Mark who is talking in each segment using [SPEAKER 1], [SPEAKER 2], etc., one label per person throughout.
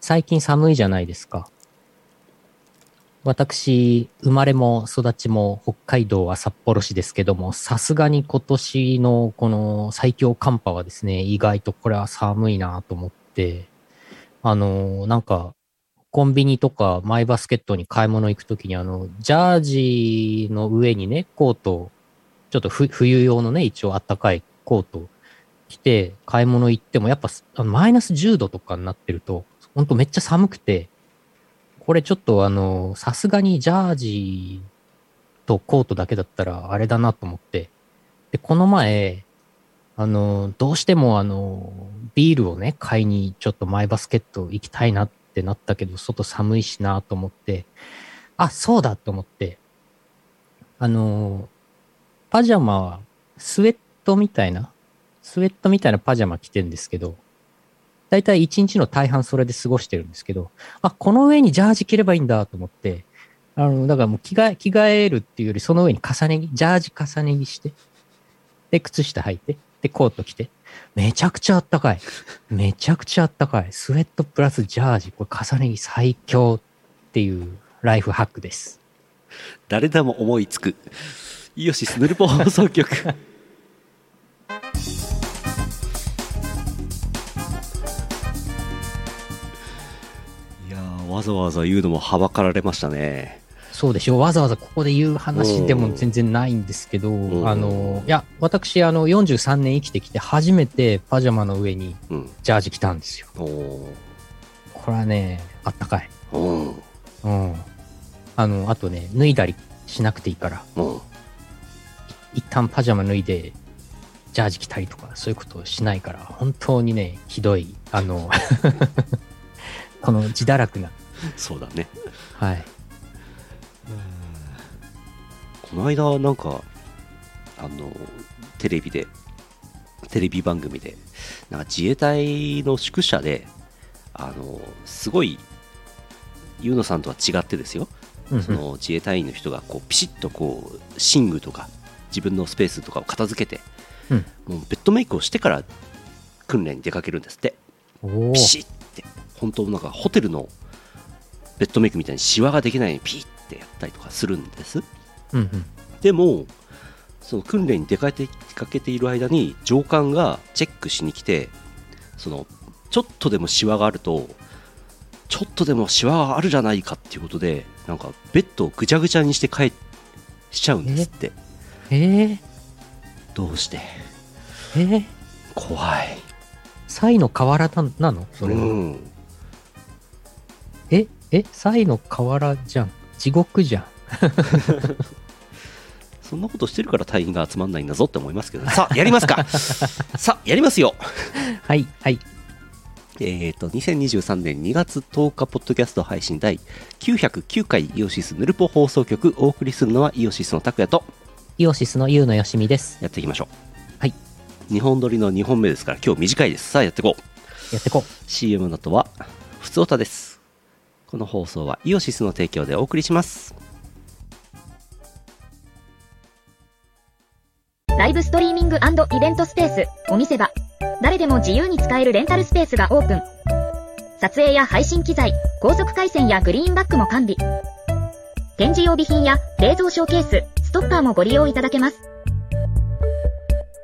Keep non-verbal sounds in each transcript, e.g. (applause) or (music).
[SPEAKER 1] 最近寒いじゃないですか。私、生まれも育ちも北海道は札幌市ですけども、さすがに今年のこの最強寒波はですね、意外とこれは寒いなと思って、あの、なんか、コンビニとかマイバスケットに買い物行くときに、あの、ジャージの上にね、コート、ちょっとふ冬用のね、一応あったかいコート着て買い物行っても、やっぱあのマイナス10度とかになってると、ほんとめっちゃ寒くて、これちょっとあの、さすがにジャージとコートだけだったらあれだなと思って。で、この前、あの、どうしてもあの、ビールをね、買いにちょっとマイバスケット行きたいなってなったけど、外寒いしなと思って、あ、そうだと思って、あの、パジャマはスウェットみたいな、スウェットみたいなパジャマ着てんですけど、だいたい一日の大半それで過ごしてるんですけど、あ、この上にジャージ着ればいいんだと思って、あの、だからもう着替え、着替えるっていうより、その上に重ね着、ジャージ重ね着して、で、靴下履いて、で、コート着て、めちゃくちゃあったかい。めちゃくちゃあったかい。スウェットプラスジャージ、これ重ね着最強っていうライフハックです。
[SPEAKER 2] 誰でも思いつくイオシスヌルポ放送局 (laughs) いやーわざわざ言うのもはばかられましたね
[SPEAKER 1] そうでしょう。わざわざここで言う話でも全然ないんですけど、
[SPEAKER 2] ん
[SPEAKER 1] あの、いや、私、あの、43年生きてきて初めてパジャマの上に
[SPEAKER 2] うん
[SPEAKER 1] ジャージ着たんですよ。
[SPEAKER 2] おー
[SPEAKER 1] これはね、あったかい。
[SPEAKER 2] うん
[SPEAKER 1] うん。あの、あとね、脱いだりしなくていいから、
[SPEAKER 2] うん
[SPEAKER 1] 一旦パジャマ脱いで、ジャージ着たりとか、そういうことをしないから、本当にね、ひどい、あ (laughs) の、この自堕落な、
[SPEAKER 2] そうだね
[SPEAKER 1] はい。
[SPEAKER 2] この間なんかあのテレビでテレビ番組でなんか自衛隊の宿舎であのすごいユーノさんとは違ってですよ
[SPEAKER 1] うん
[SPEAKER 2] その自衛隊員の人がこうピシッとこう寝具とか自分のスペースとかを片付けて、
[SPEAKER 1] うん
[SPEAKER 2] もうベッドメイクをしてから訓練に出かけるんですって
[SPEAKER 1] うん、お
[SPEAKER 2] ピ
[SPEAKER 1] ー
[SPEAKER 2] シッって本当なんかホテルのベッドメイクみたいにシワができないようにピーってやったりとかするんです
[SPEAKER 1] うんうん。
[SPEAKER 2] でもその訓練に出かけて出かけている間に上官がチェックしに来てそのちょっとでもシワがあるとちょっとでもシワがあるじゃないかっていうことでなんかベッドをぐちゃぐちゃにして帰しちゃうんですって
[SPEAKER 1] えー、
[SPEAKER 2] どうして
[SPEAKER 1] えー、
[SPEAKER 2] 怖い
[SPEAKER 1] サイの河原ななのそれは。
[SPEAKER 2] うん
[SPEAKER 1] え、え、サイの河原じゃん。地獄じゃん。
[SPEAKER 2] そんなことしてるから隊員が集まんないんだぞって思いますけど、さあやります (laughs) かさあやりますよ
[SPEAKER 1] はい、はい。
[SPEAKER 2] えー、と2023年2月10日、ポッドキャスト配信第909回イオシスヌルポ放送局、お送りするのはイオシスの拓也と
[SPEAKER 1] イオシスのユウのよしみです。
[SPEAKER 2] やっていきましょう。
[SPEAKER 1] はい。
[SPEAKER 2] 2本撮りの2本目ですから、今日短いです。さあやっていこう。
[SPEAKER 1] やってこ
[SPEAKER 2] CM の後は、ふつおたです。この放送はイオシスの提供でお送りします。
[SPEAKER 3] ライブストリーミングイベントスペース、お店場。誰でも自由に使えるレンタルスペースがオープン。撮影や配信機材、高速回線やグリーンバックも完備。展示用備品や冷蔵ショーケース、ストッパーもご利用いただけます。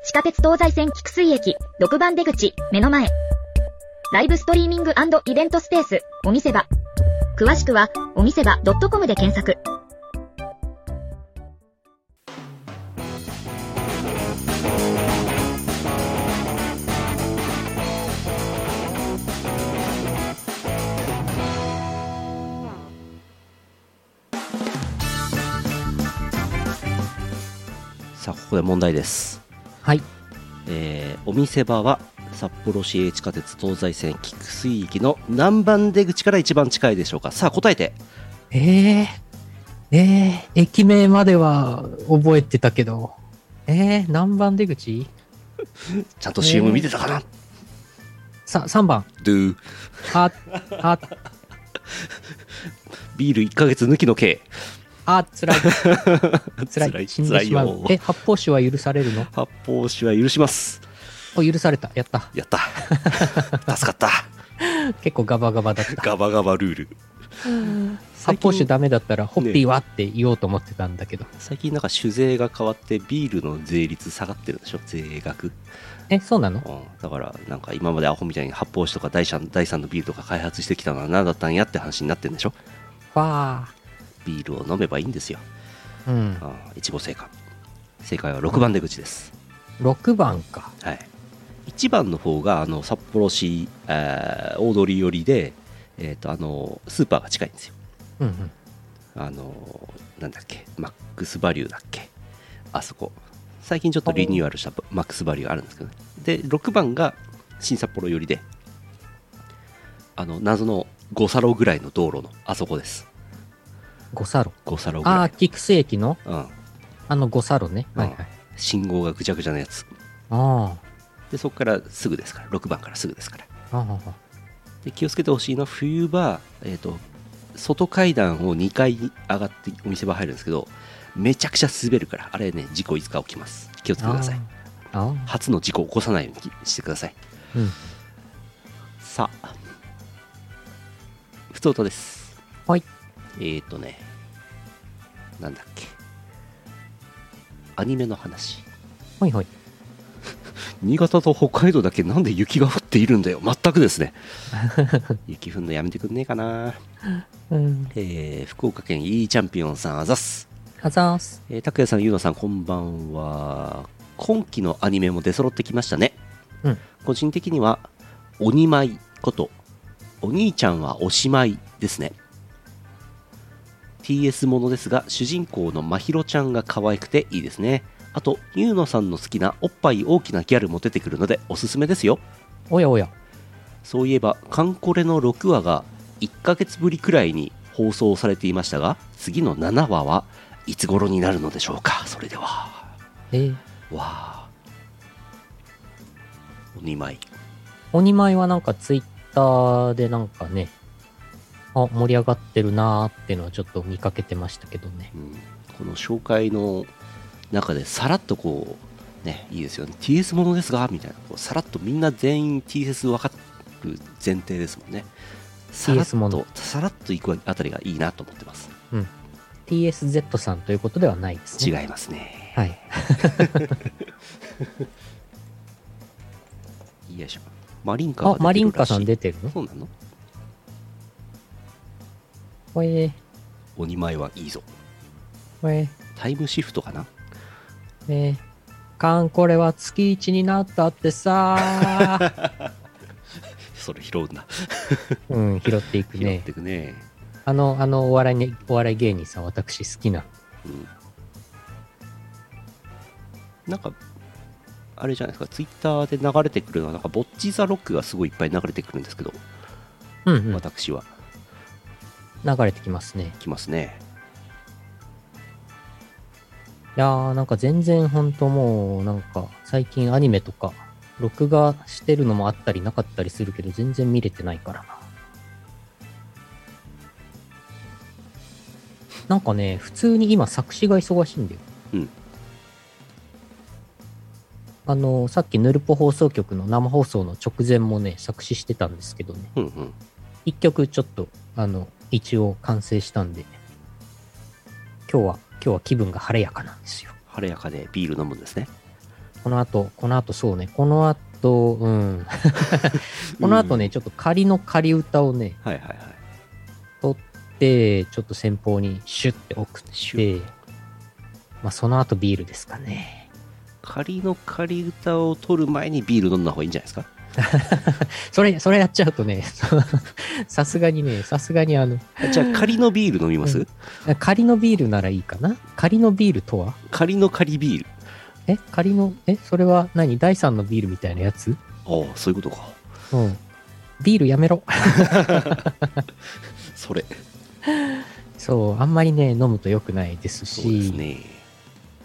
[SPEAKER 3] 地下鉄東西線菊水駅、6番出口、目の前。ライブストリーミングイベントスペース、お店場。詳しくは、お店場 .com で検索。
[SPEAKER 2] さあ、ここで問題です。
[SPEAKER 1] う。はい。
[SPEAKER 2] えーお店場は札幌市営地下鉄東西線菊水駅の南番出口から一番近いでしょうか。さあ、答えて。
[SPEAKER 1] ええええ駅名までは覚えてたけど、ええ何番出口
[SPEAKER 2] ちゃんと CM 見てたかな、
[SPEAKER 1] さ、3番。
[SPEAKER 2] ドゥ
[SPEAKER 1] あ、あ、
[SPEAKER 2] ビール1ヶ月抜きの刑
[SPEAKER 1] あ、つ
[SPEAKER 2] (laughs)
[SPEAKER 1] らい。つら
[SPEAKER 2] 辛い
[SPEAKER 1] い。死んでしま
[SPEAKER 2] 辛いうよ。
[SPEAKER 1] え、発泡酒は許されるの
[SPEAKER 2] 発泡酒は許します
[SPEAKER 1] お、許された。やった。
[SPEAKER 2] やった助かった
[SPEAKER 1] 結構ガバガバだった。
[SPEAKER 2] ガバガバルール
[SPEAKER 1] 発泡酒ダメだったら、ホッピーはって言おうと思ってたんだけど。
[SPEAKER 2] 最近なんか酒税が変わってビールの税率下がってるでしょ税額、
[SPEAKER 1] え、そうなの
[SPEAKER 2] うん、だからなんか今までアホみたいに発泡酒とか第三第三のビールとか開発してきたのは何だったんやって話になってるんでしょ
[SPEAKER 1] わ
[SPEAKER 2] ビールを飲めばいいんですよ
[SPEAKER 1] あ。うん。
[SPEAKER 2] あいちご正解正解は6番出口です、
[SPEAKER 1] 6番か。
[SPEAKER 2] はい、1番の方があの札幌市、えー大通り寄りで、えー、とあのスーパーが近いんですよ
[SPEAKER 1] うんうん。
[SPEAKER 2] あのなんだっけマックスバリューだっけあそこ最近ちょっとリニューアルしたマックスバリューがあるんですけど、ね、で6番が新札幌寄りであの謎の5サロぐらいの道路のあそこです
[SPEAKER 1] 五サロ。
[SPEAKER 2] 5サロぐ
[SPEAKER 1] あ
[SPEAKER 2] ら
[SPEAKER 1] あ、
[SPEAKER 2] い
[SPEAKER 1] 菊水駅の
[SPEAKER 2] うん、
[SPEAKER 1] あの五サロね。はいはい。
[SPEAKER 2] 信号がぐちゃぐちゃのやつ
[SPEAKER 1] あ
[SPEAKER 2] でそこからすぐですから6番からすぐですから
[SPEAKER 1] あ。ああ。
[SPEAKER 2] で気をつけてほしいのは冬場、えー、と外階段を2階に上がってお店場入るんですけどめちゃくちゃ滑るからあれね事故いつか起きます気をつけてください
[SPEAKER 1] ああ。
[SPEAKER 2] 初の事故を起こさないようにしてください
[SPEAKER 1] うん。
[SPEAKER 2] さあふつおたです
[SPEAKER 1] はい
[SPEAKER 2] えー、とねなんだっけアニメの話
[SPEAKER 1] ほいほい。
[SPEAKER 2] 新潟と北海道だけなんで雪が降っているんだよ全くですね (laughs) 雪降るのやめてくんねえかな
[SPEAKER 1] うん。
[SPEAKER 2] えー福岡県 E チャンピオンさんあざっす、
[SPEAKER 1] あざーす。
[SPEAKER 2] えー、拓也さんゆうのさんこんばんは今期のアニメも出揃ってきましたね、
[SPEAKER 1] うん
[SPEAKER 2] 個人的には「鬼舞」こと「お兄ちゃんはおしまい」ですね TS ものですが主人公のまひろちゃんが可愛くていいですねあとゆうのさんの好きなおっぱい大きなギャルも出てくるのでおすすめですよ
[SPEAKER 1] おやおや。
[SPEAKER 2] そういえば、カンコレの6話が1ヶ月ぶりくらいに放送されていましたが、次の7話はいつ頃になるのでしょうか、それでは。
[SPEAKER 1] えー、
[SPEAKER 2] わあ。お2枚。
[SPEAKER 1] 鬼舞はなんかツイッターでなんかね、あ、盛り上がってるなーってのはちょっと見かけてましたけどね。
[SPEAKER 2] うんこの紹介の中でさらっとこう、ね、いいですよね。TS ものですが、みたいな、こうさらっとみんな全員 TS 分かる前提ですもんね。さらっ
[SPEAKER 1] TS もの
[SPEAKER 2] と、さらっといくあたりがいいなと思ってます。
[SPEAKER 1] TSZ さんということではないです
[SPEAKER 2] 違
[SPEAKER 1] ね。
[SPEAKER 2] いますね。
[SPEAKER 1] はい。
[SPEAKER 2] よいしょ。マリンカが
[SPEAKER 1] あ
[SPEAKER 2] 出、て
[SPEAKER 1] マリン
[SPEAKER 2] るら
[SPEAKER 1] カ
[SPEAKER 2] しい
[SPEAKER 1] さん出てるの
[SPEAKER 2] そうなの
[SPEAKER 1] おえー、
[SPEAKER 2] 鬼前はいいぞ。
[SPEAKER 1] おえー、
[SPEAKER 2] タイムシフトかな
[SPEAKER 1] えー、カンコレは月一になったってさー。
[SPEAKER 2] それ拾うんだ。
[SPEAKER 1] (laughs) うん、拾っていく
[SPEAKER 2] 拾っ
[SPEAKER 1] ね。
[SPEAKER 2] てくね。
[SPEAKER 1] あの、あの、お笑いね、お笑い芸人さん、私好きな。
[SPEAKER 2] うん。なんか、あれじゃないですか、ツイッターで流れてくるのは、なんか、ボッチザロックがすごいいっぱい流れてくるんですけど、
[SPEAKER 1] うん、うん、
[SPEAKER 2] 私は
[SPEAKER 1] 流れてきますね。
[SPEAKER 2] 来ますね。
[SPEAKER 1] いやー、なんか全然ほんともう、なんか、最近アニメとか、録画してるのもあったりなかったりするけど、全然見れてないからな。なんかね、普通に今作詞が忙しいんだよ。
[SPEAKER 2] うん。
[SPEAKER 1] あの、さっきヌルポ放送局の生放送の直前もね、作詞してたんですけどね。
[SPEAKER 2] うんうん。
[SPEAKER 1] 一曲ちょっと、あの、一応完成したんで、今日は、今日は気分が晴れやかなんですよ。
[SPEAKER 2] 晴れやかでビール飲むんですね。
[SPEAKER 1] この後、この後そうね、この後、
[SPEAKER 2] (laughs)
[SPEAKER 1] うん。この後ね、ちょっと仮の仮歌をね、
[SPEAKER 2] はいはいはい。
[SPEAKER 1] 取って、ちょっと先方にシュッて送っ
[SPEAKER 2] シ
[SPEAKER 1] て、まあその後ビールですかね。
[SPEAKER 2] 仮の仮歌を取る前にビール飲んだ方がいいんじゃな
[SPEAKER 1] (laughs)
[SPEAKER 2] いですか
[SPEAKER 1] それ、それやっちゃうとね、 (laughs) そうさすがにね、さすがにあの、
[SPEAKER 2] じゃあ仮のビール飲みます、
[SPEAKER 1] うん仮のビールならいいかな仮のビールとは
[SPEAKER 2] 仮の仮ビール。
[SPEAKER 1] え仮の、えそれは何第三のビールみたいなやつ
[SPEAKER 2] ああ、そういうことか。
[SPEAKER 1] うん。ビールやめろ。
[SPEAKER 2] それ。
[SPEAKER 1] そう、あんまりね、飲むと良くないです
[SPEAKER 2] そうです
[SPEAKER 1] し、
[SPEAKER 2] ね。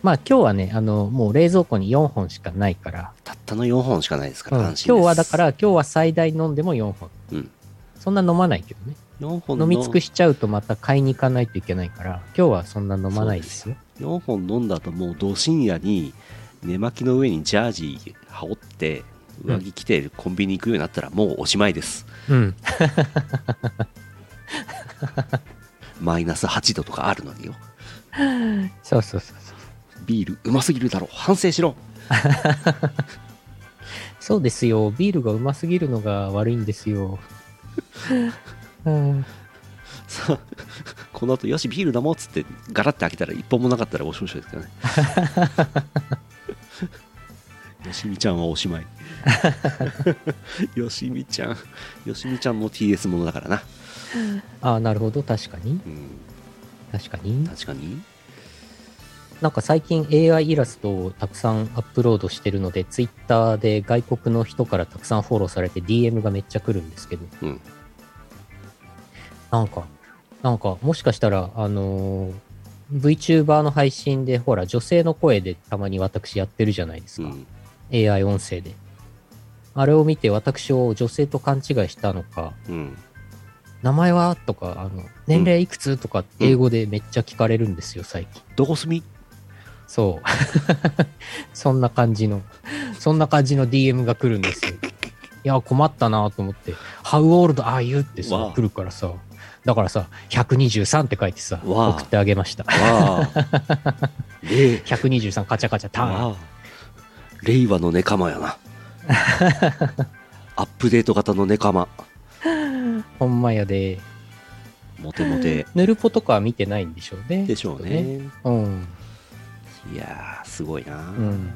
[SPEAKER 1] まあ今日はね、あの、もう冷蔵庫に4本しかないから、
[SPEAKER 2] たったの4本しかないですから、
[SPEAKER 1] うん
[SPEAKER 2] 安
[SPEAKER 1] 今
[SPEAKER 2] 心です
[SPEAKER 1] 日はだから、今日は最大飲んでも4本。
[SPEAKER 2] うん
[SPEAKER 1] そんな飲まないけどね。
[SPEAKER 2] 4本の
[SPEAKER 1] 飲み尽くしちゃうとまた買いに行かないといけないから、今日はそんな飲まないですよ。
[SPEAKER 2] 4本飲んだともうど深夜に寝巻きの上にジャージ羽織って
[SPEAKER 1] うん
[SPEAKER 2] 上着着てコンビニ行くようになったらもうおしまいです
[SPEAKER 1] うん。
[SPEAKER 2] マイナス8度とかあるのによ
[SPEAKER 1] そうそうそうそう。
[SPEAKER 2] ビールうますぎるだろ反省しろ
[SPEAKER 1] そうですよ。ビールがうますぎるのが悪いんです (laughs) よ。うん、
[SPEAKER 2] さあ (laughs) この後よしビール飲もうっつってガラッて開けたら一本もなかったらおしまいですけどね (laughs) よしみちゃんはおしまいよしみちゃんよしみちゃんも TS ものだからな
[SPEAKER 1] ああ、なるほど。確かに。
[SPEAKER 2] うん
[SPEAKER 1] 確かに。
[SPEAKER 2] 確かに
[SPEAKER 1] なんか最近 AI イラストをたくさんアップロードしてるので、Twitter で外国の人からたくさんフォローされて DM がめっちゃ来るんですけど、
[SPEAKER 2] うん
[SPEAKER 1] なんか、なんか、もしかしたら、あのー VTuber の配信で、ほら、女性の声でたまに私やってるじゃないです
[SPEAKER 2] う
[SPEAKER 1] か。
[SPEAKER 2] ん
[SPEAKER 1] AI 音声で。あれを見て、私を女性と勘違いしたのか、
[SPEAKER 2] うん
[SPEAKER 1] 名前はとか、あの、年齢いくつとか、英語でめっちゃ聞かれるんですよ、最近。
[SPEAKER 2] どこ住み
[SPEAKER 1] そう。 (laughs) そんな感じの、そんな感じの DM が来るんですよ。いや、困ったなと思って、How old are you? って
[SPEAKER 2] わ
[SPEAKER 1] さ
[SPEAKER 2] あ、
[SPEAKER 1] 来るからさ、だからさ、123って書いてさ、
[SPEAKER 2] わあ
[SPEAKER 1] 送ってあげました。
[SPEAKER 2] わ
[SPEAKER 1] (laughs)
[SPEAKER 2] あ令
[SPEAKER 1] 123カチャカチャターン。
[SPEAKER 2] わあ令和のネカマ
[SPEAKER 1] (laughs)
[SPEAKER 2] やなアップデート型のネカマ
[SPEAKER 1] ほんまやで。
[SPEAKER 2] モテモテ
[SPEAKER 1] ヌルポとかは見てないんでしょうね。
[SPEAKER 2] でしょう
[SPEAKER 1] きっと
[SPEAKER 2] ね
[SPEAKER 1] ね。うん。
[SPEAKER 2] いやーすごいな、
[SPEAKER 1] うん。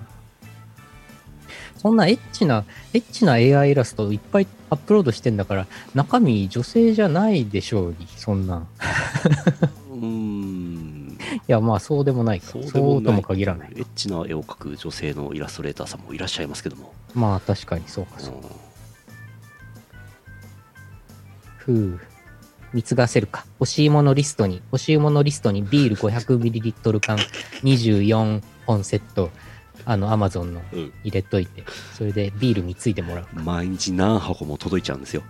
[SPEAKER 1] そんなエッチな、エッチな AI イラストいっぱいアップロードしてんだから、中身女性じゃないでしょうに、そんなん。
[SPEAKER 2] うーん
[SPEAKER 1] いや、まあ、そうでもないか。そうとも限らない
[SPEAKER 2] エ。ッチな絵を描く女性のイラストレーターさんもいらっしゃいますけども、
[SPEAKER 1] まあ、確かにそうか、
[SPEAKER 2] う
[SPEAKER 1] そう。
[SPEAKER 2] ん
[SPEAKER 1] ふう。貢がせるか。欲しいものリストに、欲しいものリストにビール 500ml 缶24本セット、あの、アマゾンの
[SPEAKER 2] うん
[SPEAKER 1] 入れといて、それでビール貢いでもらう。
[SPEAKER 2] 毎日何箱も届いちゃうんですよ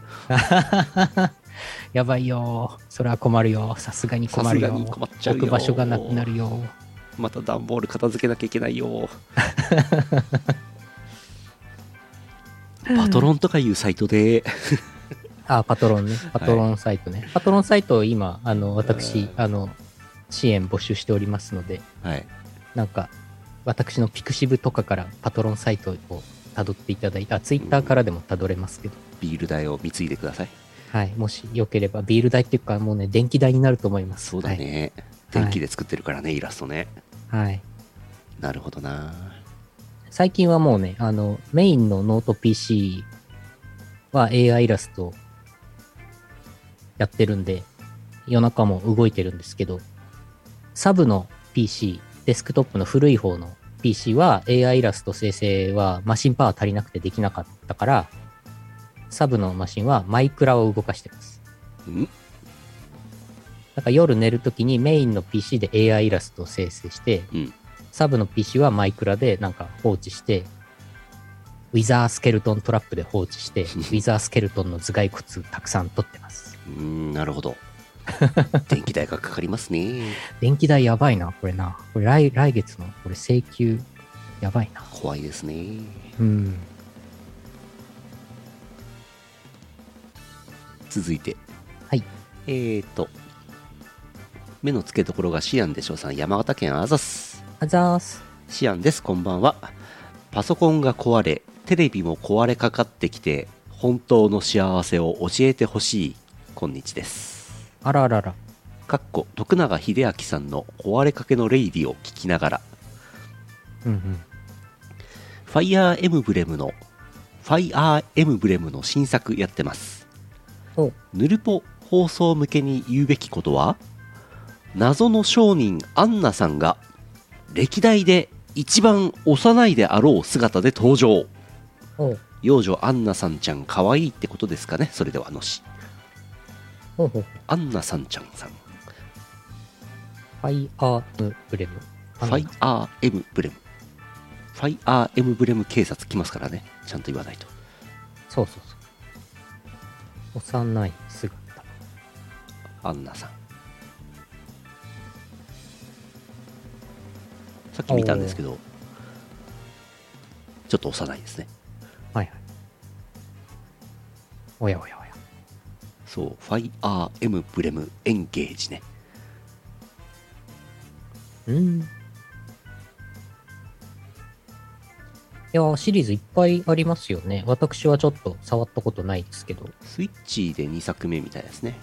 [SPEAKER 1] やばいよー。それは困るよー。さすがに困るよ
[SPEAKER 2] さすがに
[SPEAKER 1] ー。
[SPEAKER 2] 困っちゃうよー
[SPEAKER 1] 置く場所がなくなるよー。
[SPEAKER 2] また段ボール片付けなきゃいけな
[SPEAKER 1] (laughs)
[SPEAKER 2] いよパトロンとかいうサイトで
[SPEAKER 1] あ、パトロンね。パトロンサイトね。パトロンサイトを今、あの、私、あの、支援募集しておりますので、
[SPEAKER 2] はい
[SPEAKER 1] なんか、私のピクシブとかからパトロンサイトを辿っていただいた、ツイッターからでも辿れますけど、
[SPEAKER 2] ビール代を貢いでください
[SPEAKER 1] はい、もしよければ、ビール代っていうか、もうね、電気代になると思います。
[SPEAKER 2] そうだね、
[SPEAKER 1] はい
[SPEAKER 2] 電気で作ってるからねイラストね
[SPEAKER 1] はい。はい。
[SPEAKER 2] なるほどな
[SPEAKER 1] 最近はもうね、あの、メインのノート PC は AI イラストやってるんで、夜中も動いてるんですけど、サブの PC、デスクトップの古い方の PC は AI イラスト生成はマシンパワー足りなくてできなかったから、サブのマシンはマイクラを動かしてます。
[SPEAKER 2] ん
[SPEAKER 1] だから夜寝るときにメインの PC で AI イラストを生成して、
[SPEAKER 2] うん
[SPEAKER 1] サブの PC はマイクラでなんか放置して、ウィザースケルトントラップで放置 (laughs) して、ウィザースケルトンの頭蓋骨たくさん取ってます。
[SPEAKER 2] うーんなるほ (laughs) ど電気代がかかりますね
[SPEAKER 1] 電気代やばいな、これな。これ来来月のこれ請求やばいな。
[SPEAKER 2] 怖いですね
[SPEAKER 1] うん。
[SPEAKER 2] 続いて
[SPEAKER 1] はい
[SPEAKER 2] えーと目の付けどころがシアンでしょうさん山形県アザス
[SPEAKER 1] あざーす。
[SPEAKER 2] シアンですこんばんはパソコンが壊れテレビも壊れかかってきて本当の幸せを教えてほしい今日です
[SPEAKER 1] あらあらあら。
[SPEAKER 2] かっこ徳永英明さんの壊れかけのレイディを聞きながら
[SPEAKER 1] うんうん。
[SPEAKER 2] ファイアーエムブレムのファイアーエムブレムの新作やってます
[SPEAKER 1] お
[SPEAKER 2] ぬるぽ放送向けに言うべきことは謎の商人アンナさんが歴代で一番幼いであろう姿で登場
[SPEAKER 1] おう
[SPEAKER 2] 幼女アンナさんちゃん可愛いってことですかねそれではのし
[SPEAKER 1] ほうほう。
[SPEAKER 2] アンナさんちゃんさん
[SPEAKER 1] ファイアームブレム。
[SPEAKER 2] ファイアーエムブレムファイアーエムブレム警察来ますからねちゃんと言わないと
[SPEAKER 1] そうそうそう。幼い姿。
[SPEAKER 2] アンナさんさっき見たんですけどちょっと幼いですね
[SPEAKER 1] はいはい。おやおやおや。
[SPEAKER 2] そう、ファイアーエムブレムエンゲージね。
[SPEAKER 1] うん。いやー、シリーズいっぱいありますよね。私はちょっと触ったことないですけど。
[SPEAKER 2] スイッチで2作目みたいですね。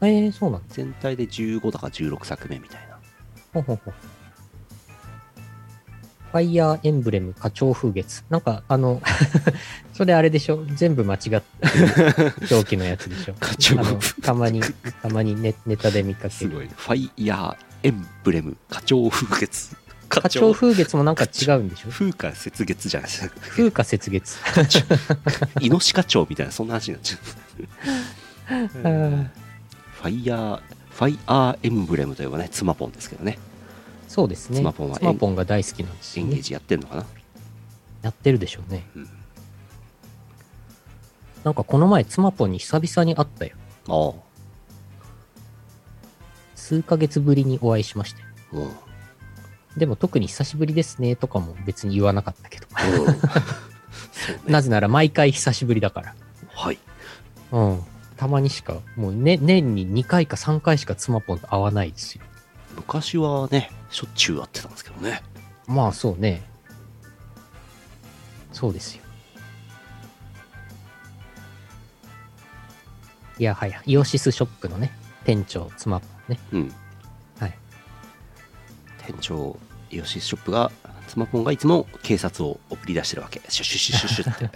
[SPEAKER 1] えー、そうなんだ。
[SPEAKER 2] 全体で15だか16作目みたいな。
[SPEAKER 1] ほうほうほう。ファイヤーエンブレム花鳥風月。なんか、あの、 (laughs) それあれでしょ全部間違ってる表記のやつで
[SPEAKER 2] (laughs)
[SPEAKER 1] しょ
[SPEAKER 2] 課
[SPEAKER 1] あ
[SPEAKER 2] 長
[SPEAKER 1] の、たまに、たまにネネタで見かけ
[SPEAKER 2] す
[SPEAKER 1] る。
[SPEAKER 2] ごいね。ファイヤーエンブレム花鳥風月。
[SPEAKER 1] 花
[SPEAKER 2] 花
[SPEAKER 1] 鳥
[SPEAKER 2] 鳥
[SPEAKER 1] 風月もなんか違うんでしょ
[SPEAKER 2] 風か雪月じゃないですか。
[SPEAKER 1] 風化雪月。
[SPEAKER 2] イノシカ鳥みたいな、そんな話になっちゃ
[SPEAKER 1] あ
[SPEAKER 2] う。うん
[SPEAKER 1] ー
[SPEAKER 2] ファイヤー、ファイアーエムブレムといえばね、妻ポンですけどね。
[SPEAKER 1] そうですね。
[SPEAKER 2] スマポンは
[SPEAKER 1] スマポンが大好きなんです
[SPEAKER 2] エ
[SPEAKER 1] よ
[SPEAKER 2] ンゲー
[SPEAKER 1] ね。
[SPEAKER 2] ジやってんのかな、
[SPEAKER 1] やってるでしょうね。
[SPEAKER 2] うん、あ
[SPEAKER 1] なんかこの前、スマポンに久々に会ったよ。
[SPEAKER 2] あ、
[SPEAKER 1] 数ヶ月ぶりにお会いしましたよ。
[SPEAKER 2] うん。うん
[SPEAKER 1] でも特に久しぶりですねとかも別に言わなかったけど。
[SPEAKER 2] そうね。
[SPEAKER 1] なぜなら毎回久しぶりだから。
[SPEAKER 2] はい。
[SPEAKER 1] うん。たまにしか、もう、ね、年に2回か3回しか妻ポンと会わないですよ。
[SPEAKER 2] 昔はね、しょっちゅう会ってたんですけどね。
[SPEAKER 1] まあそうね。そうですよ。いやはや、イオシスショップのね、店長、妻ポンね。
[SPEAKER 2] うん。
[SPEAKER 1] はい。
[SPEAKER 2] 店長、イオシスショップが、妻ポンがいつも警察を送り出してるわけ。シュッシュッシュッシュッシュッっ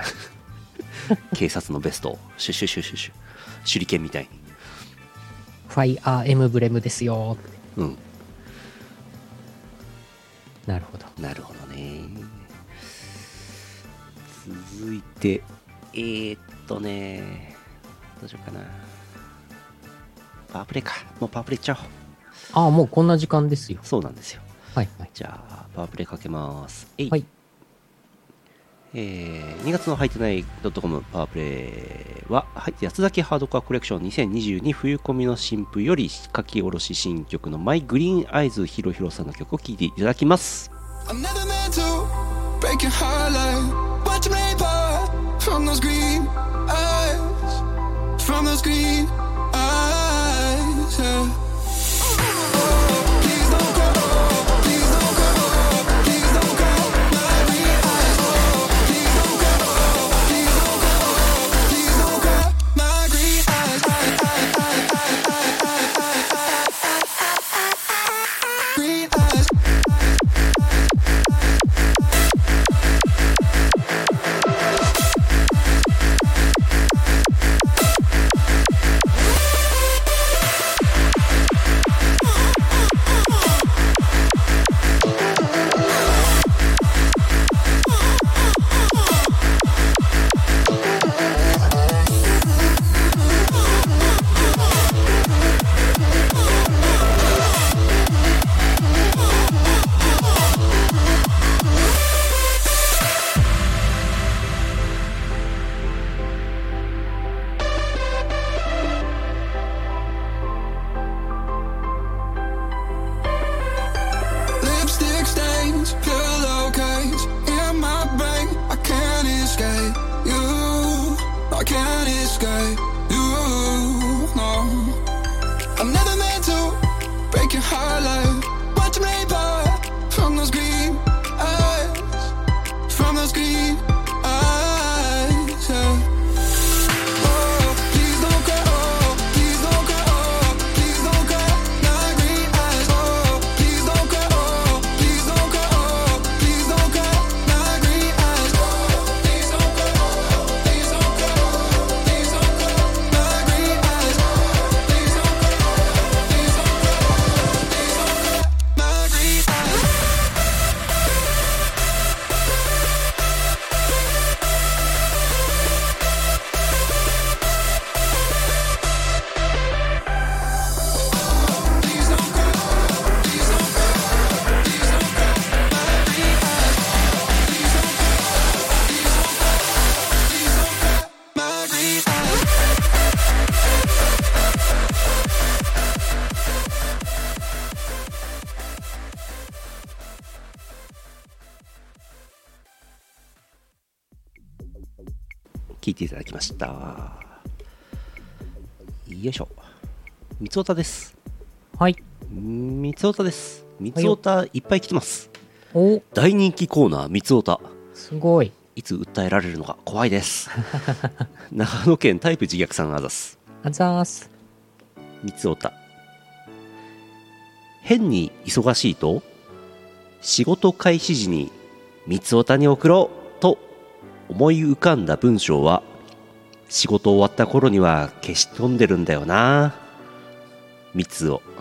[SPEAKER 2] て。 (laughs) 警察のベストを、シュッシュッシュッシュッシュッ、手裏剣みたいに。
[SPEAKER 1] ファイアーエムブレムですよって。
[SPEAKER 2] うん。
[SPEAKER 1] なるほど。
[SPEAKER 2] なるほどね。続いて、えー、っとね、どうしようかな。パワープレイか。もうパワープレイいっちゃおう。
[SPEAKER 1] ああ、もうこんな時間ですよ。
[SPEAKER 2] そうなんですよ。
[SPEAKER 1] はいはい。
[SPEAKER 2] じゃあ、パワープレイかけます。えい。
[SPEAKER 1] はい
[SPEAKER 2] えー、2月の入ってない .com パワープレイは、はい、八つ崎ハードコアコレクション2022冬込みの新譜より書き下ろし新曲のマイグリーンアイズヒロヒロさんの曲を聴いていただきます。
[SPEAKER 4] I never meant to break your heart like Watch me part from those green eyes From those green eyes yeah. Please don't go, please don't go, please don't go My green eyes, oh. Please don't go, please don't go, please don't go My green eyes, eyes, eyes, eyes, eyes, eyes, eyes, eyes. Green eyes Lipstick stains, pillowcase in my brain. I can't escape you. I can't escape you. No, I never meant to break your heart like watch me part from those green eyes, from those green eyes. Yeah. Oh, please don't go. Please don't go. Please don't go. My green eyes. Oh, please don't go. Please don't go. Please don't go. My green eyes. Oh, please don't go. Please don't go. Please don't go. My green eyes. Oh, please don't go. Please don't go. Please don't go. My green eyes. My green eyes.
[SPEAKER 2] 聴いていただきました。よいしょ。三つおたです。
[SPEAKER 1] はい。
[SPEAKER 2] 三つおたです。三つおたいっぱい来てます。
[SPEAKER 1] お
[SPEAKER 2] 大人気コーナー三つおた。
[SPEAKER 1] すごい。
[SPEAKER 2] いつ訴えられるのか怖い (laughs) です。長野県タイプ自虐さんあざす。
[SPEAKER 1] あざーす。
[SPEAKER 2] 三つおた。変に忙しいと、仕事開始時に三つおたに送ろうと思い浮かんだ文章は、仕事終わった頃には消し飛んでるんだよな。三つお。 (laughs)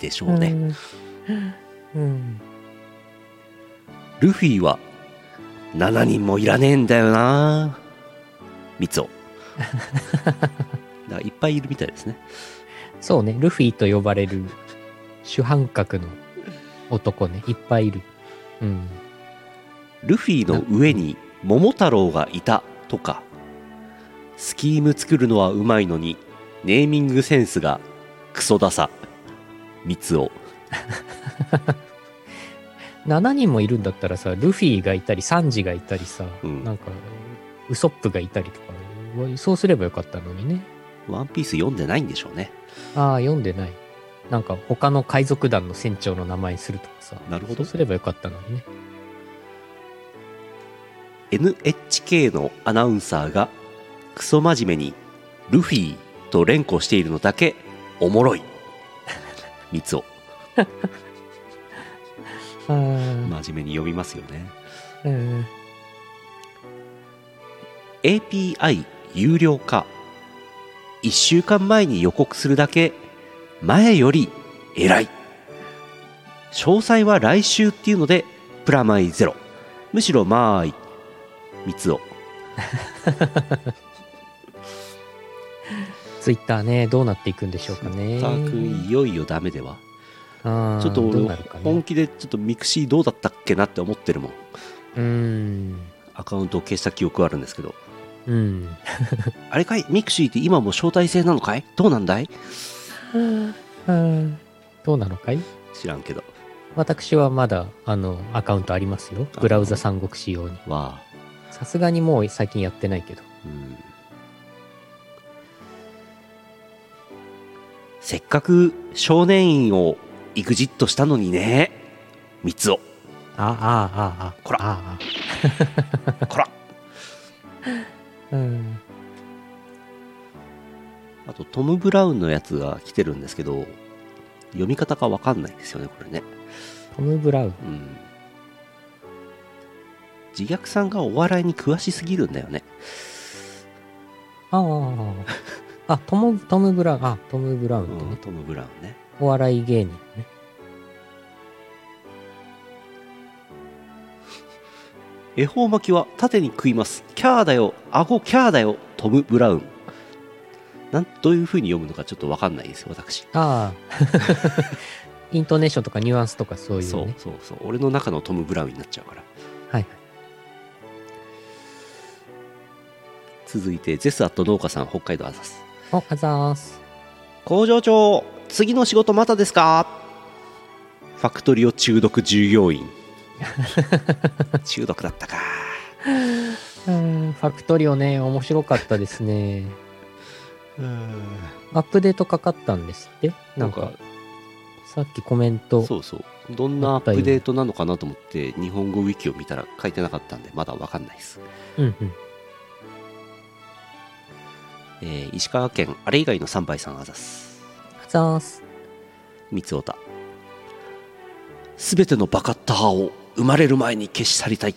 [SPEAKER 2] でしょうね。
[SPEAKER 1] うん。うん。
[SPEAKER 2] ルフィは7人もいらねえんだよな三つおいっぱいいるみたいですね
[SPEAKER 1] そうね、ルフィと呼ばれる主犯格の男ね、いっぱいいる。うん。
[SPEAKER 2] ルフィの上に桃太郎がいたとかスキーム作るのはうまいのにネーミングセンスがクソダサ三つお
[SPEAKER 1] 7人もいるんだったらさ、ルフィがいたり、サンジがいたりさ、
[SPEAKER 2] うん
[SPEAKER 1] なんか、ウソップがいたりとか、そうすればよかったのにね。
[SPEAKER 2] ワンピース読んでないんでしょうね
[SPEAKER 1] ああ、読んでない。なんか、他の海賊団の船長の名前にするとかさ、
[SPEAKER 2] なるほど
[SPEAKER 1] そうすればよかったのにね。
[SPEAKER 2] NHK のアナウンサーがクソ真面目にルフィと連呼しているのだけおもろい (laughs) 三つお
[SPEAKER 1] あー、
[SPEAKER 2] 真面目に読みますよね
[SPEAKER 1] うん。
[SPEAKER 2] API 有料化1週間前に予告するだけ前より偉い詳細は来週っていうのでプラマイゼロむしろまあい三つお
[SPEAKER 1] ツイッターね、どうなっていくんでしょうかね。
[SPEAKER 2] たくんいよいよダメでは
[SPEAKER 1] あー
[SPEAKER 2] ちょっと
[SPEAKER 1] ど
[SPEAKER 2] 俺
[SPEAKER 1] うなるか
[SPEAKER 2] 本
[SPEAKER 1] ね。
[SPEAKER 2] 気でちょっとミクシーどうだったっけなって思ってるもん
[SPEAKER 1] うーん。
[SPEAKER 2] アカウントを消した記憶はあるんですけど
[SPEAKER 1] うん。
[SPEAKER 2] あれかいミクシーって今も招待制なのかいどうなんだい
[SPEAKER 1] うんどうなのかい
[SPEAKER 2] 知らんけど
[SPEAKER 1] 私はまだ、あの、アカウントありますよ。ブラウザ三国志用に。
[SPEAKER 2] わあ
[SPEAKER 1] さすがにもう最近やってないけど。
[SPEAKER 2] うんせっかく少年院をイグジットしたのにね三つお
[SPEAKER 1] ああ、ああ、あ
[SPEAKER 2] こら
[SPEAKER 1] あ
[SPEAKER 2] こら
[SPEAKER 1] あ。うん。
[SPEAKER 2] あとトム・ブラウンのやつが来てるんですけど読み方がわかんないですよねこれね
[SPEAKER 1] トム・ブラウン。
[SPEAKER 2] うん自虐さんがお笑いに詳しすぎるんだよね
[SPEAKER 1] ああ。あ、トム、トム・ブラウン。あ、トム・ブラウンって
[SPEAKER 2] うん
[SPEAKER 1] ね。
[SPEAKER 2] トム・ブラウンね
[SPEAKER 1] お笑い芸人ね。
[SPEAKER 2] 恵方巻きは縦に食いますキャーだよ顎キャーだよトム・ブラウンなんどういう風に読むのかちょっとわかんないです私
[SPEAKER 1] ああ。
[SPEAKER 2] (laughs)
[SPEAKER 1] イントネーションとかニュアンスとかそういう
[SPEAKER 2] そう
[SPEAKER 1] ね。
[SPEAKER 2] そうそう俺の中のトム・ブラウンになっちゃうから
[SPEAKER 1] はいはい。
[SPEAKER 2] 続いてゼスアット農家さん北海道アザス
[SPEAKER 1] お、あざーす。
[SPEAKER 2] 工場長次の仕事またですかファクトリオ中毒従業 (laughs) 員中毒だったか
[SPEAKER 1] うんファクトリオね、面白かったですね。アップデートかかったんですって
[SPEAKER 2] な
[SPEAKER 1] なんん
[SPEAKER 2] か
[SPEAKER 1] か、さっきコメント。
[SPEAKER 2] そうそうどんなアップデートなのかなと思って日本語ウィキを見たら書いてなかったんでまだわかんないです、
[SPEAKER 1] うんうん。
[SPEAKER 2] えー石川県あれ以外の3倍さんアザス
[SPEAKER 1] あざーす。
[SPEAKER 2] 三つおたすべてのバカッターを生まれる前に消し去りたい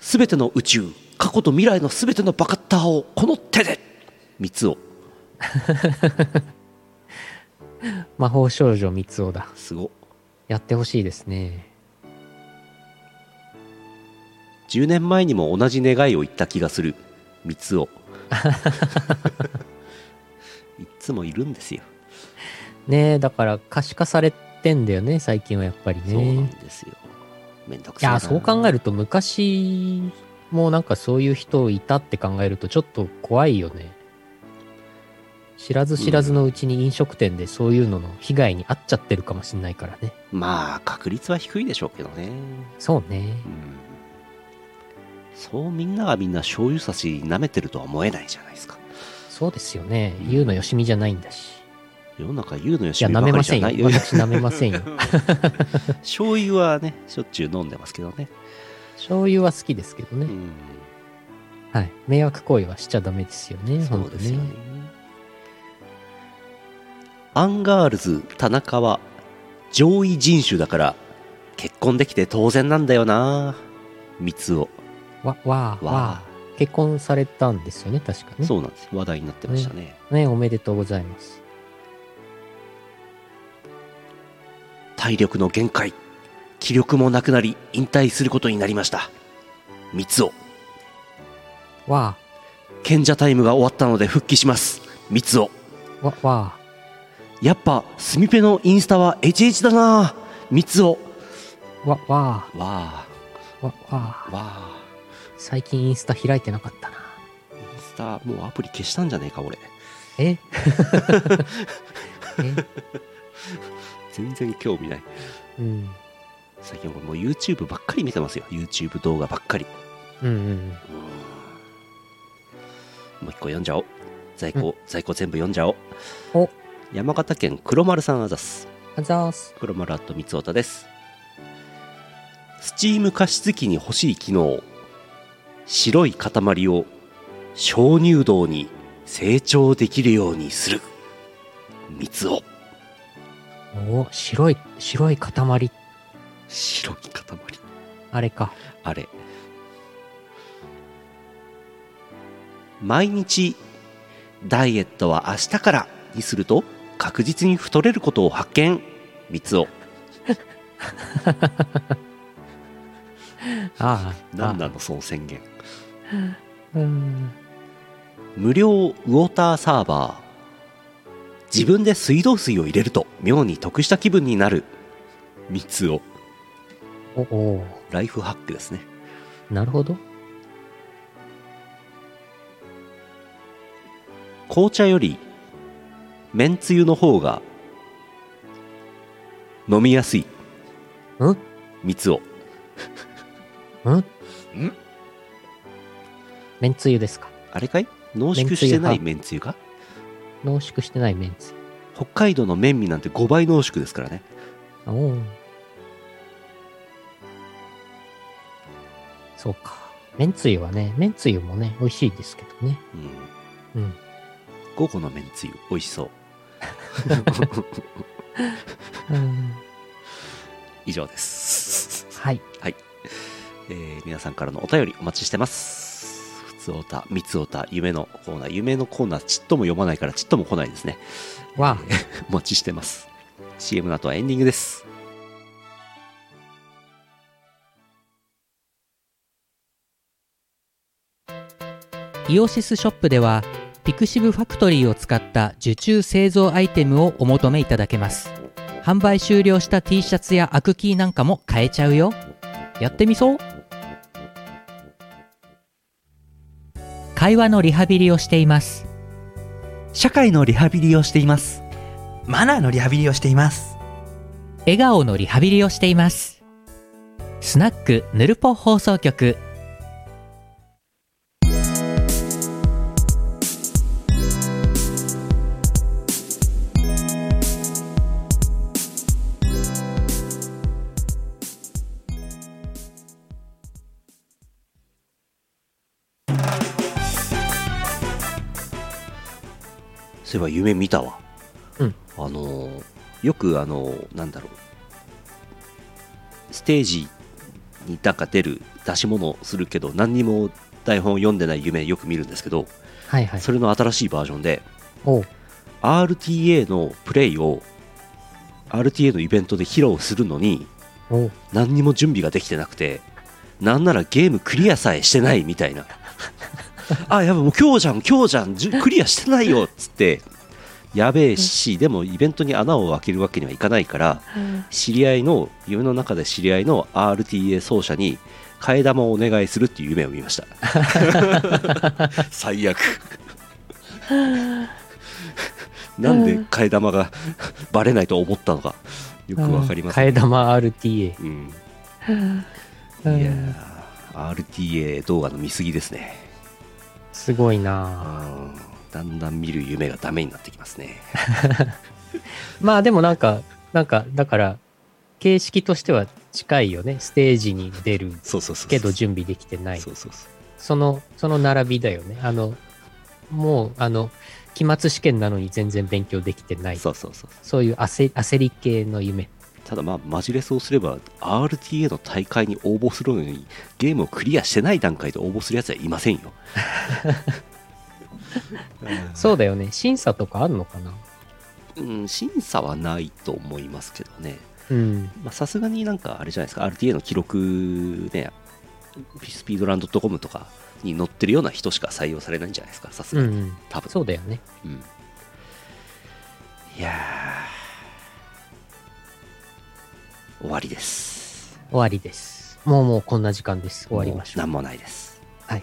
[SPEAKER 2] すべての宇宙過去と未来のすべてのバカッターをこの手で三つお
[SPEAKER 1] 魔法少女三つおだ。
[SPEAKER 2] すご
[SPEAKER 1] やってほしいですね。
[SPEAKER 2] 10年前にも同じ願いを言った気がする三つ
[SPEAKER 1] (laughs)
[SPEAKER 2] おいっつもいるんですよ、
[SPEAKER 1] ねえ、だから可視化されてんだよね、最近はやっぱり
[SPEAKER 2] そうなん
[SPEAKER 1] ね。
[SPEAKER 2] ですよめんどく
[SPEAKER 1] い
[SPEAKER 2] さい
[SPEAKER 1] や、そう考
[SPEAKER 2] え
[SPEAKER 1] えると昔もなんかそういう人いたって考えるとちょっと怖いよね。知らず知らずのうちに飲食店でそういうのの被害に遭っちゃってるかもしんないからね。
[SPEAKER 2] まあ確率は低いでしょうけどね
[SPEAKER 1] そうね。
[SPEAKER 2] うんそうみんながみんな醤油差し舐めてるとは思えないじゃないですか。
[SPEAKER 1] そうですよね。ゆうのよしみじゃないんだし。
[SPEAKER 2] 世の中言うのよ
[SPEAKER 1] い
[SPEAKER 2] し
[SPEAKER 1] や、
[SPEAKER 2] み
[SPEAKER 1] 舐
[SPEAKER 2] ば
[SPEAKER 1] め
[SPEAKER 2] か
[SPEAKER 1] ま
[SPEAKER 2] りじ
[SPEAKER 1] せ
[SPEAKER 2] ゃ
[SPEAKER 1] ん
[SPEAKER 2] ない。
[SPEAKER 1] よ。
[SPEAKER 2] (laughs)
[SPEAKER 1] 私舐めませんよ。
[SPEAKER 2] 醤油はね、しょっちゅう飲んでますけどね。
[SPEAKER 1] 醤油は好きですけど
[SPEAKER 2] う
[SPEAKER 1] ね。
[SPEAKER 2] ん、
[SPEAKER 1] はい。迷惑行為はしちゃダメですよね。
[SPEAKER 2] そう
[SPEAKER 1] 本当
[SPEAKER 2] ですよね
[SPEAKER 1] ね。。
[SPEAKER 2] アンガールズ田中は上位人種だから結婚できて当然なんだよな三つを
[SPEAKER 1] わ、わあ、わ
[SPEAKER 2] は
[SPEAKER 1] あ。結婚されたんですよね、確かね。
[SPEAKER 2] そうなんです話題になってましたね
[SPEAKER 1] ね、おめでとうございます。
[SPEAKER 2] 体力の限界気力もなくなり引退することになりました三つを
[SPEAKER 1] わ
[SPEAKER 2] 賢者タイムが終わったので復帰します三つを
[SPEAKER 1] あ、わ、わあ。
[SPEAKER 2] やっぱスミペのインスタは HH だな三つを
[SPEAKER 1] わ、わ
[SPEAKER 2] わ
[SPEAKER 1] あ、わ、わ
[SPEAKER 2] あ
[SPEAKER 1] あ。
[SPEAKER 2] わあ
[SPEAKER 1] 最近インスタ開いてなかったな。
[SPEAKER 2] インスタもうアプリ消したんじゃねえか俺
[SPEAKER 1] え (laughs) え
[SPEAKER 2] 全然興味ない
[SPEAKER 1] うん。
[SPEAKER 2] 最近俺もう YouTube ばっかり見てますよ YouTube 動画ばっかり
[SPEAKER 1] うんうん。
[SPEAKER 2] うーんもう一個読んじゃおう在庫、在庫全部読んじゃおう
[SPEAKER 1] お
[SPEAKER 2] 山形県黒丸さんあざす
[SPEAKER 1] あざーす。
[SPEAKER 2] 黒丸アット三つおたですスチーム加湿器に欲しい機能白い塊を鍾乳洞に成長できるようにする三つお
[SPEAKER 1] お白い、白い塊。
[SPEAKER 2] 白い塊
[SPEAKER 1] あれか。
[SPEAKER 2] あれ。毎日、ダイエットは明日からにすると、確実に太れることを発見。三つを。
[SPEAKER 1] ああ。
[SPEAKER 2] なん
[SPEAKER 1] あ
[SPEAKER 2] なの、その宣言。
[SPEAKER 1] うん。
[SPEAKER 2] 無料ウォーターサーバー。自分で水道水を入れると、妙に得した気分になる。三つを。
[SPEAKER 1] おお
[SPEAKER 2] ライフハックですね。
[SPEAKER 1] ーなるほど。
[SPEAKER 2] 紅茶より、めんつゆの方が、飲みやすい。
[SPEAKER 1] ん
[SPEAKER 2] 三つを。
[SPEAKER 1] んめんつゆですか
[SPEAKER 2] あれかい濃縮してないめ
[SPEAKER 1] め
[SPEAKER 2] んつゆか
[SPEAKER 1] 濃縮してないめんつゆ。
[SPEAKER 2] 北海道の麺味なんて5倍濃縮ですからね
[SPEAKER 1] おおーそうか。めんつゆはね、めんつゆもね、美味しいですけどね。
[SPEAKER 2] うん
[SPEAKER 1] うん。
[SPEAKER 2] 午後のめんつゆ美味しそう
[SPEAKER 1] うん
[SPEAKER 2] 以上です、
[SPEAKER 1] はい。
[SPEAKER 2] えー皆さんからのお便りお待ちしてますふつおたみつおた夢のコーナー夢のコーナーちっとも読まないからちっとも来ないですね (laughs)
[SPEAKER 1] わあ。
[SPEAKER 2] お待ちしてます CM の後はエンディングです
[SPEAKER 5] イオシスショップではピクシブファクトリーを使った受注製造アイテムをお求めいただけます販売終了した T シャツやアクキーなんかも買えちゃうよやってみそう会話のリハビリをしています
[SPEAKER 6] 社会のリハビリをしていますマナーのリハビリをしています
[SPEAKER 5] 笑顔のリハビリをしていますスナックぬるぽ放送局
[SPEAKER 2] そういえば夢見たわ、
[SPEAKER 1] うん
[SPEAKER 2] あのーよくあのーなんだろうステージになんか出る出し物をするけど何にも台本を読んでない夢よく見るんですけど、
[SPEAKER 1] はいはい。
[SPEAKER 2] それの新しいバージョンで
[SPEAKER 1] おう
[SPEAKER 2] RTA のプレイを RTA のイベントで披露するのに
[SPEAKER 1] おう
[SPEAKER 2] 何にも準備ができてなくてなんならゲームクリアさえしてないみたいな (laughs) あやばいもう今日じゃん今日じゃんじゅクリアしてないよっつってやべえしでもイベントに穴を開けるわけにはいかないから知り合いの夢の中で知り合いの RTA 奏者に替え玉をお願いするっていう夢を見ました最悪なんで替え玉がバレないと思ったのかよくわかりません
[SPEAKER 1] 替え玉 RTA。
[SPEAKER 2] うん、い
[SPEAKER 1] う
[SPEAKER 2] や
[SPEAKER 1] ん
[SPEAKER 2] ー RTA 動画の見過ぎですね
[SPEAKER 1] すごいな
[SPEAKER 2] あーだんだん見る夢がダメになってきますね
[SPEAKER 1] まあでもなんか、なんか、だから、形式としては近いよね。ステージに出る
[SPEAKER 2] そうそうそう
[SPEAKER 1] けど
[SPEAKER 2] そう
[SPEAKER 1] 準備できてない。
[SPEAKER 2] そうそうそう
[SPEAKER 1] その、その並びだよね。あの、もう、あの、期末試験なのに全然勉強できてない。
[SPEAKER 2] そうそうそう
[SPEAKER 1] そういう焦焦り系の夢。
[SPEAKER 2] ただまあマジレスをすれば RTA の大会に応募するのにゲームをクリアしてない段階で応募するやつはいません
[SPEAKER 1] (laughs)
[SPEAKER 2] よ
[SPEAKER 1] そうだよね。審査とかあるのかな
[SPEAKER 2] うん、審査はないと思いますけどね
[SPEAKER 1] うん。
[SPEAKER 2] まあさすがになんかあれじゃないですか RTA の記録ねスピードランド .com とかに載ってるような人しか採用されないんじゃないですかさす
[SPEAKER 1] う
[SPEAKER 2] が
[SPEAKER 1] ん、
[SPEAKER 2] に、
[SPEAKER 1] うん。
[SPEAKER 2] 多分
[SPEAKER 1] そうだよね。
[SPEAKER 2] うんいやー終わりです
[SPEAKER 1] 終わりです。もうもうこんな時間です。終わりましょう。
[SPEAKER 2] もう何もないです
[SPEAKER 1] はい。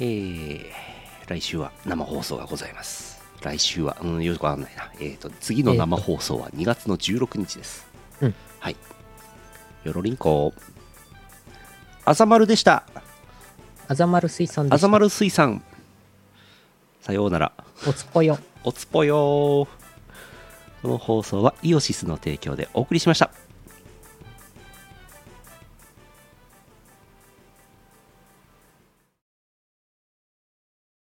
[SPEAKER 2] えー、来週は生放送がございます来週はうんよくわかんないなえっ、と次の生放送は2月の16日です、
[SPEAKER 1] うん
[SPEAKER 2] はいよろりんこあざまるでした
[SPEAKER 1] あざまる水産で
[SPEAKER 2] あ
[SPEAKER 1] す
[SPEAKER 2] ざ。まる水産さようなら
[SPEAKER 1] おつぽよ。
[SPEAKER 2] おつぽよーこの放送はイオシスの提供でお送りしました